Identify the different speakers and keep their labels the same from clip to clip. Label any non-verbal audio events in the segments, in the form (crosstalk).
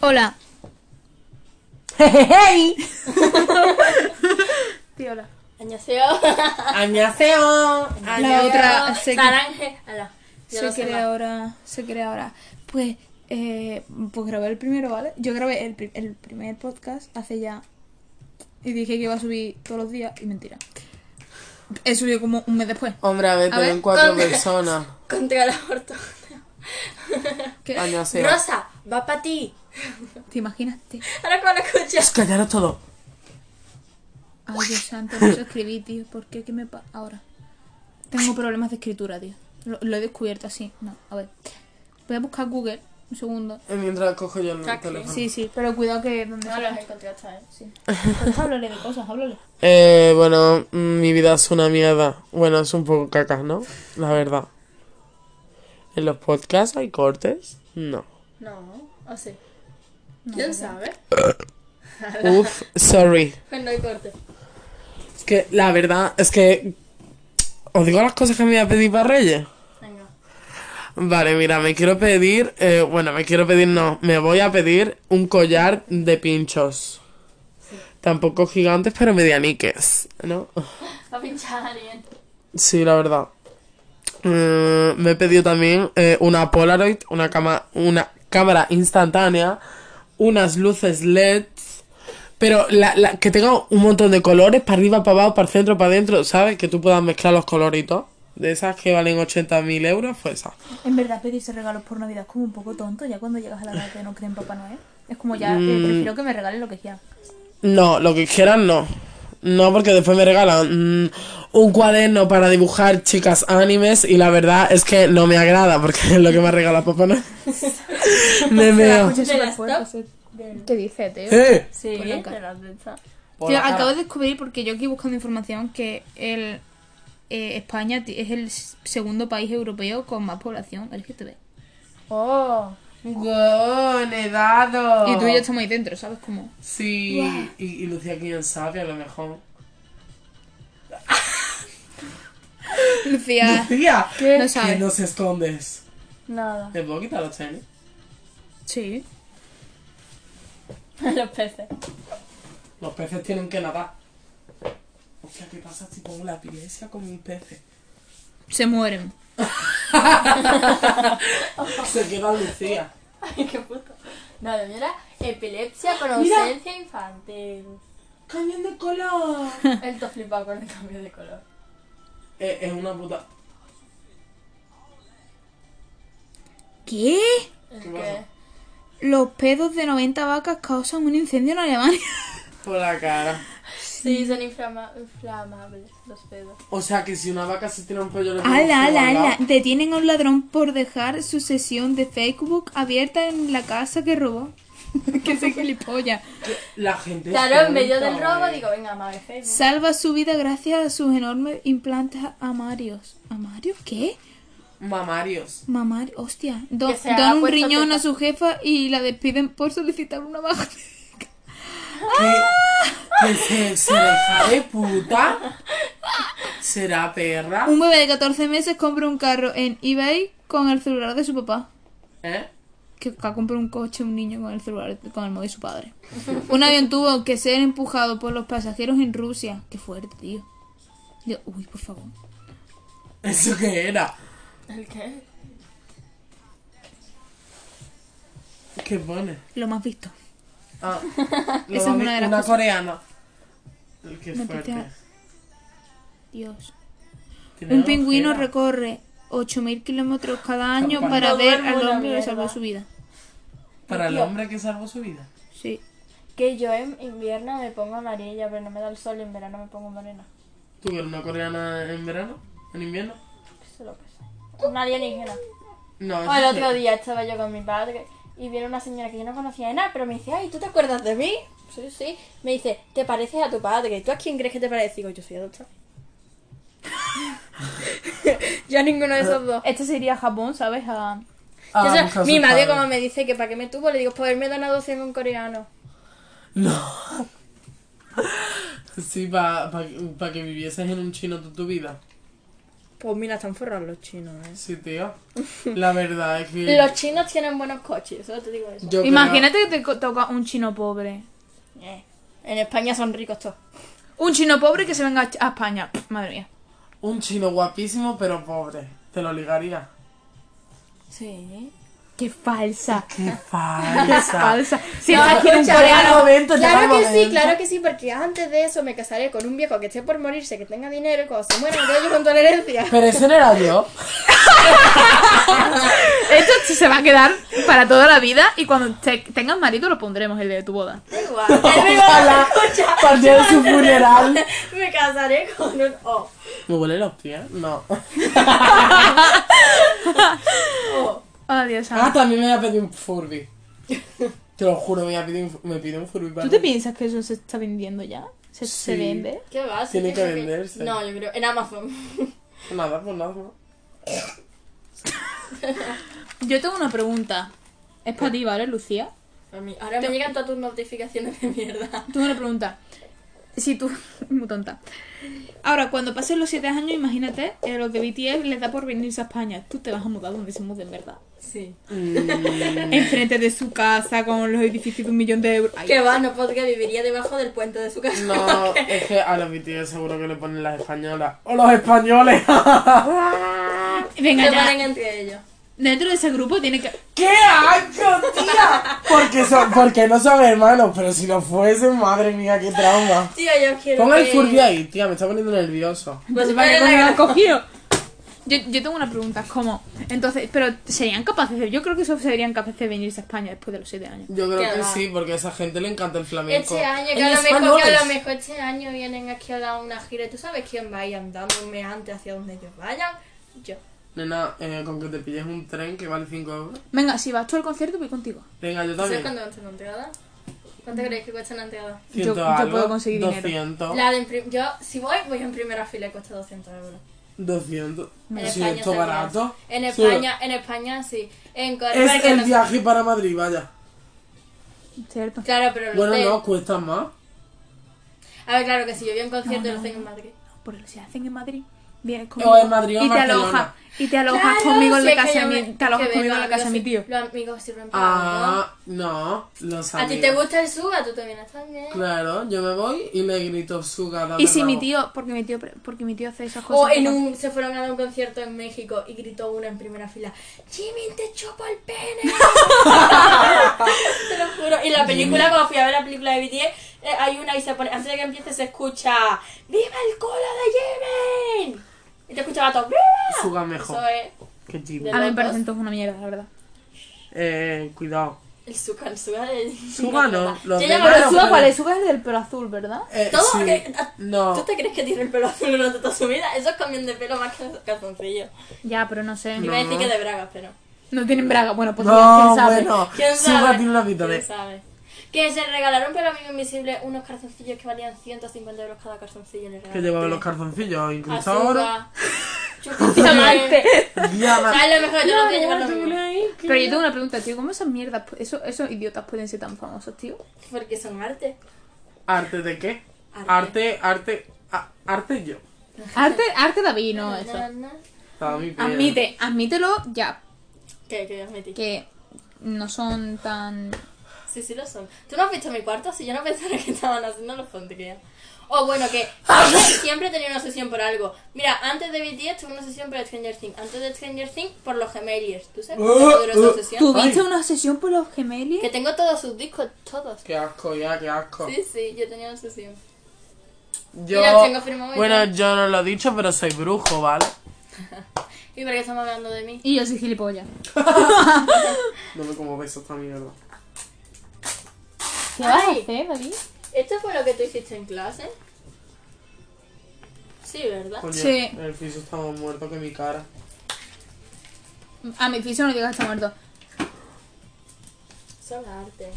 Speaker 1: Hola.
Speaker 2: ¡Hey!
Speaker 3: Tío, hola.
Speaker 4: Añaseo.
Speaker 2: ¡Añaseo!
Speaker 1: La otra se,
Speaker 4: Saranje. Ala. Yo
Speaker 1: se
Speaker 4: no sé
Speaker 1: cree
Speaker 4: más.
Speaker 1: ahora. Se cree ahora. Pues, eh, pues grabé el primero, ¿vale? Yo grabé el, pri- el primer podcast hace ya. Y dije que iba a subir todos los días. Y mentira. He subido como un mes después.
Speaker 2: Hombre, a ver,
Speaker 1: A
Speaker 2: pero
Speaker 1: ver,
Speaker 2: en cuatro
Speaker 4: ¿dónde?
Speaker 2: personas.
Speaker 4: Contra el aborto.
Speaker 1: ¿Qué?
Speaker 2: Añaseo.
Speaker 4: Rosa, va para ti.
Speaker 1: ¿Te imaginaste?
Speaker 4: Ahora cuando escuchas.
Speaker 2: Callaros todo.
Speaker 1: Ay, Dios santo, no sé escribir, tío. ¿Por qué? ¿Qué me pasa? Ahora. Tengo problemas de escritura, tío. Lo, lo he descubierto así. No, a ver. Voy a buscar Google. Un segundo.
Speaker 2: Eh, Mientras cojo yo el
Speaker 4: Taxi.
Speaker 2: teléfono.
Speaker 1: Sí, sí, pero cuidado que donde
Speaker 4: No
Speaker 1: se-
Speaker 4: lo has encontrado esta vez.
Speaker 1: Sí. Pues háblale de cosas, háblale.
Speaker 2: Eh, bueno, mm, mi vida es una mierda. Bueno, es un poco caca, ¿no? La verdad. ¿En los podcasts hay cortes? No.
Speaker 4: No, o sí. ¿Quién sabe?
Speaker 2: Uf, sorry.
Speaker 4: Pues no hay corte.
Speaker 2: Es que la verdad es que. ¿Os digo las cosas que me voy a pedir para Reyes?
Speaker 4: Venga.
Speaker 2: Vale, mira, me quiero pedir. eh, bueno, me quiero pedir, no. Me voy a pedir un collar de pinchos. Tampoco gigantes, pero medianiques, ¿no?
Speaker 4: Va a pinchar a alguien.
Speaker 2: Sí, la verdad. Eh, me he pedido también eh, una Polaroid, una, cama, una cámara instantánea, unas luces LED, pero la, la- que tenga un montón de colores, para arriba, para abajo, para el centro, para adentro, ¿sabes? Que tú puedas mezclar los coloritos. De esas que valen 80.000 euros, pues esas.
Speaker 1: En verdad, pedirse regalos por Navidad es como un poco tonto, ya cuando llegas a la edad que no creen Papá Noel. Es como ya, eh, prefiero que me regalen lo que quieran.
Speaker 2: No, lo que quieran no. No, porque después me regalan mm, un cuaderno para dibujar chicas animes y la verdad es que no me agrada porque (laughs) es lo que me regala
Speaker 1: (laughs)
Speaker 2: papá Noel. me veo.
Speaker 1: Pues Escucha,
Speaker 4: ¿De
Speaker 1: súper
Speaker 4: las
Speaker 1: fuerte,
Speaker 4: top?
Speaker 1: sí. ¿Qué dices, tío?
Speaker 2: ¡Eh!
Speaker 4: Sí,
Speaker 1: loca.
Speaker 4: de las de estas.
Speaker 2: Por
Speaker 1: Tío,
Speaker 2: la cara.
Speaker 1: acabo de descubrir, porque yo aquí buscando información, que el eh, España ti- es el s- segundo país europeo con más población LGTB.
Speaker 4: Oh.
Speaker 2: ¡Guau, nevado!
Speaker 1: Y tú y yo estamos ahí dentro, ¿sabes cómo?
Speaker 2: Sí, y, y Lucía, quién sabe, a lo mejor. (laughs)
Speaker 1: Lucía,
Speaker 2: ¡Lucía!
Speaker 1: no
Speaker 2: Que
Speaker 1: sabes.
Speaker 2: nos escondes.
Speaker 4: Nada. (laughs)
Speaker 2: ¿Te puedo quitar los tenis?
Speaker 1: Sí.
Speaker 4: Los peces.
Speaker 2: Los peces tienen que nadar. Hostia, ¿qué pasa si pongo la epilepsia con
Speaker 1: (laughs)
Speaker 2: mis peces?
Speaker 1: Se mueren.
Speaker 2: Se queda Lucía.
Speaker 4: Ay, qué puto. No, de mira, epilepsia con
Speaker 2: Mira.
Speaker 4: ausencia infantil.
Speaker 2: ¡Cambian de
Speaker 1: (laughs)
Speaker 2: color!
Speaker 4: (laughs) Él te flipado con el cambio de color.
Speaker 2: Eh, es una puta.
Speaker 1: ¿Qué?
Speaker 4: El
Speaker 2: ¿Qué
Speaker 4: que-
Speaker 1: Los pedos de 90 vacas causan un incendio en
Speaker 4: (laughs)
Speaker 1: Alemania.
Speaker 2: Por la cara.
Speaker 4: Sí, son inflama- inflamables los pedos.
Speaker 2: O sea que si una vaca se tira un pollo le pongo
Speaker 1: Ala,
Speaker 2: fuego
Speaker 1: ala,
Speaker 2: al
Speaker 1: ala.
Speaker 2: lado.
Speaker 1: Detienen a un ladrón por dejar su sesión de Facebook abierta en la casa que robó. (laughs) que se gilipollas.
Speaker 2: La gente. es
Speaker 4: Claro, en medio
Speaker 2: tonta,
Speaker 4: del robo
Speaker 2: eh.
Speaker 4: digo, venga, madre Facebook.
Speaker 1: Salva su vida gracias a sus enormes implantes amarios. ¿Amarios? ¿Qué?
Speaker 2: Mamarios.
Speaker 1: Mamario. Hostia. Do-
Speaker 4: Que se ha
Speaker 1: dan un
Speaker 4: puesto
Speaker 1: riñón
Speaker 4: teta.
Speaker 1: a su jefa y la despiden por solicitar una baja. Ah.
Speaker 2: Que, que se, se deja de puta. Será perra.
Speaker 1: un bebé de 14 meses compra un carro en eBay con el celular de su papá.
Speaker 2: ¿Eh?
Speaker 1: que acá compró un coche un niño con el celular con el móvil de su padre. Un avión tuvo que ser empujado por los pasajeros en Rusia. Qué fuerte, tío. Digo, uy, por favor.
Speaker 2: ¿Eso qué era?
Speaker 4: ¿El qué?
Speaker 2: ¿Qué pone?
Speaker 1: Lo más visto. (laughs)
Speaker 2: Ah, lo
Speaker 1: Esa es
Speaker 2: mami-
Speaker 1: una de las cosas.
Speaker 2: coreana. El que
Speaker 1: Me
Speaker 2: fuerte.
Speaker 1: pitea. Dios.
Speaker 2: Tiene
Speaker 1: Un
Speaker 2: ojera.
Speaker 1: pingüino recorre 8.000 kilómetros cada año
Speaker 2: Campana.
Speaker 1: para
Speaker 4: Todo
Speaker 1: ver
Speaker 4: el
Speaker 1: al
Speaker 4: mundo,
Speaker 1: hombre que
Speaker 4: mierda.
Speaker 1: salvó su vida.
Speaker 2: Para el hombre que salvó su vida.
Speaker 1: Sí.
Speaker 4: Que yo en invierno me pongo amarilla, pero no me da el sol y en verano me pongo morena.
Speaker 2: ¿Tú eres una coreana en verano? ¿En invierno?
Speaker 4: Eso es lo que soy. Una alienígena.
Speaker 2: No,
Speaker 4: O el
Speaker 2: eso es-
Speaker 4: otro día estaba yo con mi padre y viene una señora que yo no conocía de nada, pero me dice, ay, ¿tú te acuerdas de mí? Sí, sí. Me dice, ¿te pareces a tu padre? ¿Y tú a quién crees que te pareces? Digo, yo soy adulta. (laughs) yo a ninguno de esos dos.
Speaker 1: Este sería Japón, ¿sabes? A...
Speaker 2: Ah,
Speaker 4: Yo soy-
Speaker 2: busca a
Speaker 4: mi
Speaker 2: su
Speaker 4: madre
Speaker 2: padre.
Speaker 4: como me dice que para qué me tuvo, le digo, pues me da una adopción con coreano.
Speaker 2: (laughs) No. Sí, para pa, pa que vivieses en un chino toda tu vida.
Speaker 4: Pues mira, están forrados los chinos, ¿eh?
Speaker 2: Sí, tío.
Speaker 4: (laughs)
Speaker 2: La verdad es que.
Speaker 4: Los chinos tienen buenos coches, solo te digo eso.
Speaker 2: yo creo-
Speaker 1: Imagínate que te co- toca un chino pobre.
Speaker 4: Eh, En España son ricos (laughs) todos.
Speaker 1: Un chino pobre que se venga a Ch- a España. Madre mía.
Speaker 2: Un chino guapísimo, pero pobre. Te lo ligaría.
Speaker 4: Sí.
Speaker 1: Qué falsa.
Speaker 4: (laughs)
Speaker 2: Qué falsa.
Speaker 1: Falsa. Si
Speaker 4: No,
Speaker 1: estás aquí en un
Speaker 4: escucha,
Speaker 1: coreano.
Speaker 2: Llega el momento,
Speaker 4: Claro
Speaker 2: llega el
Speaker 4: que sí,
Speaker 2: momento.
Speaker 4: claro que sí, porque antes de eso me casaré con un viejo que esté por morirse, que tenga dinero y cuando se muera me quedo yo con toda la herencia. (laughs)
Speaker 2: Pero ese no era yo.
Speaker 1: Esto se va a quedar para toda la vida y cuando te- tengas marido lo pondremos el día de tu boda.
Speaker 4: Da igual. Él me va a-
Speaker 2: Ojalá.
Speaker 4: Escucha.
Speaker 2: Para el día de su funeral.
Speaker 4: (laughs) Me casaré con un O.
Speaker 2: ¿Me huele los pies? No.
Speaker 4: Ah. O.
Speaker 1: Adiós,
Speaker 2: Ah,
Speaker 1: Ana.
Speaker 2: también me voy a pedir un Furby. Te lo juro, me voy a pedir un, me pido un Furby para
Speaker 1: ¿Tú te piensas que eso se está vendiendo ya? ¿Se, se
Speaker 2: Sí.
Speaker 1: vende?
Speaker 4: ¿Qué va? Sí,
Speaker 2: Tiene
Speaker 4: yo
Speaker 2: que
Speaker 4: creo
Speaker 2: venderse.
Speaker 4: No, yo creo. En Amazon.
Speaker 2: Nada, pues nada. ¿no?
Speaker 1: Yo tengo una pregunta. Es para ti, ¿vale, Lucía?
Speaker 4: (laughs) A mí- Ahora me llegan todas tus notificaciones de mierda.
Speaker 1: Tú una pregunta. Si tú... (laughs) Muy tonta. Ahora, cuando pasen los 7 años, imagínate, eh, los de BTS les da por venirse a España. Tú te vas a mudar donde se muden, ¿verdad?
Speaker 4: Sí.
Speaker 2: Mm,
Speaker 1: Mm. Enfrente de su casa, con los edificios de un millón de euros. Ay,
Speaker 4: Que va, no podría viviría debajo del puente de su casa. (laughs)
Speaker 2: No, es que a los BTS seguro que le ponen las españolas. ¡O los españoles! (laughs)
Speaker 1: Venga,
Speaker 4: Se
Speaker 1: ya.
Speaker 4: paren entre ellos.
Speaker 1: Dentro de ese grupo tiene que...
Speaker 2: ¡Qué asco, tía! Porque, son, porque no son hermanos, pero si lo fuesen, madre mía, qué trauma.
Speaker 4: Tío, yo quiero.
Speaker 2: Pon el
Speaker 4: que-
Speaker 2: Furby ahí, tía, me está poniendo nervioso.
Speaker 4: Pues
Speaker 1: Entonces,
Speaker 4: vaya
Speaker 1: ¿para qué
Speaker 4: la
Speaker 1: coño lo has
Speaker 4: gran-
Speaker 1: cogido? Yo, yo tengo una pregunta, ¿cómo? Entonces, pero serían capaces de... Yo creo que eso serían capaces de venirse a España después de los 7 años.
Speaker 2: Yo creo
Speaker 4: Qué
Speaker 2: que
Speaker 4: va.
Speaker 2: sí, porque a esa gente le encanta el flamenco.
Speaker 4: Este año, que
Speaker 2: ¡En
Speaker 4: a, lo mejor, que a
Speaker 2: españoles!
Speaker 4: lo mejor este año vienen aquí a dar una gira. ¿Tú sabes quién va a ir andándome antes hacia donde ellos vayan? Yo.
Speaker 2: Nena, eh, con que te pilles un tren que vale 5 euros.
Speaker 1: Venga, si vas tú al concierto, voy contigo.
Speaker 2: Venga, yo
Speaker 4: ¿Tú
Speaker 2: también.
Speaker 4: ¿Sabes cuánto cuesta una entrada?
Speaker 1: Mm.
Speaker 4: ¿Cuánto creéis que cuesta una entrada?
Speaker 1: Yo-
Speaker 2: 100
Speaker 1: yo
Speaker 2: algo,
Speaker 1: puedo conseguir dinero.
Speaker 2: 200,
Speaker 4: La de en prim- Yo, si voy, voy en primera fila y cuesta 200 euros.
Speaker 2: 200.
Speaker 4: En
Speaker 2: Si
Speaker 4: España
Speaker 2: Mm. esto
Speaker 4: seguro.
Speaker 2: barato.
Speaker 4: En
Speaker 2: Sí.
Speaker 4: España, en España sí. En Corea.
Speaker 2: Es
Speaker 4: porque
Speaker 2: el
Speaker 4: no-
Speaker 2: viaje para Madrid, vaya.
Speaker 1: ¿Cierto?
Speaker 4: Claro, pero el
Speaker 2: Bueno,
Speaker 4: hotel-
Speaker 2: no, cuesta más.
Speaker 4: A ver, claro que si yo vi un concierto
Speaker 1: No,
Speaker 4: lo
Speaker 1: no,
Speaker 4: tengo en
Speaker 1: no.
Speaker 4: Madrid.
Speaker 1: Porque si hacen en Madrid, vienes
Speaker 2: O en Madrid o en
Speaker 1: y te
Speaker 2: Barcelona.
Speaker 1: alojas, y te alojas
Speaker 4: Claro,
Speaker 1: conmigo en
Speaker 4: si
Speaker 1: la
Speaker 4: es que
Speaker 1: casa de
Speaker 4: yo me-
Speaker 1: mi, te alojas
Speaker 4: que
Speaker 1: conmigo en
Speaker 4: ven,
Speaker 1: la
Speaker 4: los
Speaker 1: casa de mi tío.
Speaker 4: amigos- Los amigos sirven para
Speaker 2: Ah, no, los
Speaker 4: A ti
Speaker 2: amigos.
Speaker 4: te gusta el suga, tú también estás bien.
Speaker 2: Claro, yo me voy y le grito suga. dame
Speaker 1: Y si mi
Speaker 2: rabo".
Speaker 1: tío, porque mi tío, porque mi tío hace esas cosas.
Speaker 4: O en un, se fueron a dar un concierto en México y gritó uno en primera fila, Jimmy, te chupo el pene. (laughs) te lo juro. Y la película, cuando fui a ver la película de BTS, eh, hay una y se pone, antes de que empiece se escucha, ¡Viva el culo de Jimmy! Y te escuchaba todo, ¡Viva!
Speaker 2: Suga
Speaker 4: Eso
Speaker 2: mejor.
Speaker 4: es
Speaker 2: Qué chido.
Speaker 4: de
Speaker 1: A mí me
Speaker 4: locos.
Speaker 1: parece entonces una mierda, la verdad.
Speaker 2: Eh, cuidado.
Speaker 4: el suga, el suga de...
Speaker 2: Suga no, los
Speaker 4: Yo
Speaker 2: demás
Speaker 4: llamaba
Speaker 2: no.
Speaker 4: suga.
Speaker 2: ¿cuál es?
Speaker 1: Suba el del pelo azul, ¿verdad?
Speaker 2: Eh,
Speaker 4: Todo
Speaker 2: sí.
Speaker 4: que- ah, ¿Tú
Speaker 2: No.
Speaker 4: te crees que tiene el pelo azul durante toda su vida? Eso es camión de pelo más que calzoncillo.
Speaker 1: Ya, pero no sé.
Speaker 4: Iba a decir que de bragas, pero...
Speaker 1: No tienen braga, bueno, pues ya,
Speaker 2: No,
Speaker 1: quién sabe.
Speaker 2: bueno.
Speaker 4: ¿Quién sabe?
Speaker 2: Suga tiene una vida
Speaker 4: ¿Quién
Speaker 2: de.
Speaker 4: sabe? Que se regalaron para Amigo Invisible unos calzoncillos que valían 150 euros cada calzoncillo. Le
Speaker 2: Que
Speaker 4: regalaron
Speaker 2: llevaba los
Speaker 4: tres.
Speaker 2: calzoncillos,
Speaker 4: A
Speaker 2: incluso ahora.
Speaker 4: Zuga,
Speaker 1: (laughs)
Speaker 4: Chucucito,
Speaker 1: Diamante.
Speaker 2: Diana.
Speaker 4: ¿Sabes lo mejor? Yo no voy a llevar lo mismo.
Speaker 1: Pero yo tengo una pregunta, tío, ¿cómo esas mierdas, pu- eso, esos idiotas pueden ser tan famosos, tío?
Speaker 4: Porque son arte.
Speaker 2: ¿Arte de qué?
Speaker 4: Arte.
Speaker 2: Arte, arte. a- Arte yo.
Speaker 1: Arte, arte David, no,
Speaker 4: Na,
Speaker 1: eso.
Speaker 4: na, na.
Speaker 2: Estaba mi piel.
Speaker 1: Admite, admítelo ya,
Speaker 4: ¿Qué? ¿Qué os metí?
Speaker 1: que no son tan
Speaker 4: Sí, sí lo son. ¿Tú no has visto mi cuarto? Si yo no pensara que estaban haciendo los pondría. O Oh, bueno, que siempre- siempre tenía una sesión por algo. Mira, antes de BTS tuve una sesión por Stranger Things. Antes de Stranger Things, por los gemeliers. ¿Tú sabes
Speaker 2: Uh,
Speaker 4: cuánto duró
Speaker 2: uh,
Speaker 4: esa sesión?
Speaker 1: ¿Tuviste
Speaker 2: Ay.
Speaker 1: una obsesión por los gemelios?
Speaker 4: Que tengo todos sus discos, todos.
Speaker 2: Qué asco, ya, qué asco.
Speaker 1: Oh.
Speaker 4: Sí, sí, yo tenía una obsesión.
Speaker 2: Yo.
Speaker 4: Mira, tengo firmado y
Speaker 2: Bueno,
Speaker 4: todo.
Speaker 2: yo no lo he dicho, pero soy brujo, ¿vale?
Speaker 4: ¿Y por qué estamos hablando de mí?
Speaker 1: Y yo soy gilipollas.
Speaker 2: No me como beso esta mierda.
Speaker 1: ¿Qué
Speaker 4: Ay.
Speaker 1: vas a hacer, David?
Speaker 4: ¿Esto fue lo que tú hiciste en clase? Sí, ¿verdad?
Speaker 2: Coño,
Speaker 1: Sí.
Speaker 2: El piso está más muerto que mi cara.
Speaker 1: A mi piso no digas que está muerto.
Speaker 4: Son arte.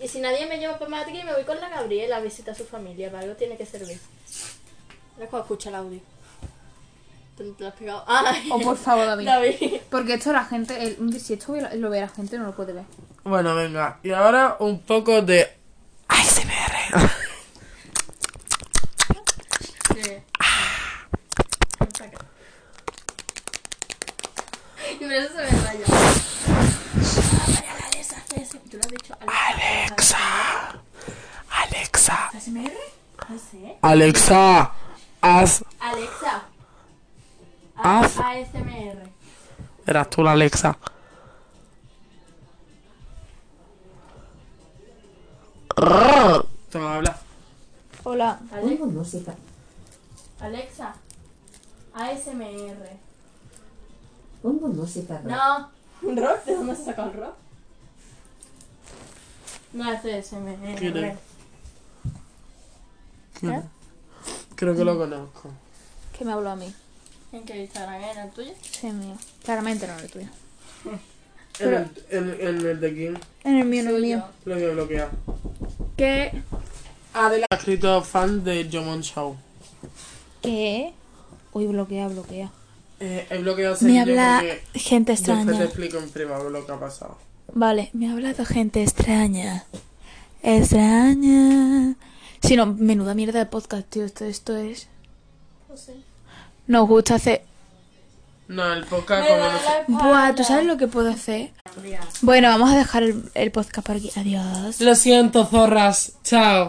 Speaker 4: Y si nadie me lleva para Madrid, me voy con la Gabriela a visitar a su familia. Para algo tiene que servir. Ahora cuando escucha el audio. ¿Dónde te lo has pegado? ¡Ay! (laughs)
Speaker 1: Oh, por favor, David.
Speaker 4: David.
Speaker 1: Porque esto la gente, el- un- si esto lo ve la gente no lo puede ver.
Speaker 2: Bueno, venga. Y ahora un poco de ASMR.
Speaker 4: Sí. No sé.
Speaker 2: Alexa, haz.
Speaker 4: Alexa. A-
Speaker 2: Haz.
Speaker 4: ASMR.
Speaker 2: Eras tú la Alexa. Toma, habla.
Speaker 5: Hola.
Speaker 4: Ale-
Speaker 3: música.
Speaker 4: Alexa. ASMR.
Speaker 3: Pongo música.
Speaker 4: No. ¿Un rock? ¿De dónde se sacó el rock? No hace ASMR.
Speaker 2: ¿Quién es? Creo que lo conozco.
Speaker 5: Que me habló a mí.
Speaker 4: ¿En qué Instagram era el tuyo?
Speaker 5: Sí, mío. Claramente no era el tuyo.
Speaker 2: En el, en, en el de King
Speaker 5: En el mío, no el mío.
Speaker 2: lo voy a bloquear.
Speaker 5: ¿Qué?
Speaker 2: Ha escrito fan de Jomon Show.
Speaker 5: ¿Qué? Uy, bloquea, bloquea.
Speaker 2: Eh, he bloqueado ese
Speaker 5: Me
Speaker 2: vídeo
Speaker 5: habla
Speaker 2: porque
Speaker 5: gente
Speaker 2: Después te
Speaker 5: extraña.
Speaker 2: explico en privado lo que ha pasado.
Speaker 5: Vale, me ha hablado gente extraña. Extraña. Si no, menuda mierda de podcast, tío. Esto, esto es.
Speaker 4: No sé.
Speaker 5: Nos gusta hacer.
Speaker 2: No, el podcast
Speaker 4: Me
Speaker 2: como
Speaker 4: da
Speaker 2: no
Speaker 4: la
Speaker 2: sé-
Speaker 5: Buah, ¿tú sabes lo que puedo hacer? Bueno, vamos a dejar el, el podcast por aquí. Adiós.
Speaker 2: Lo siento, zorras. Chao.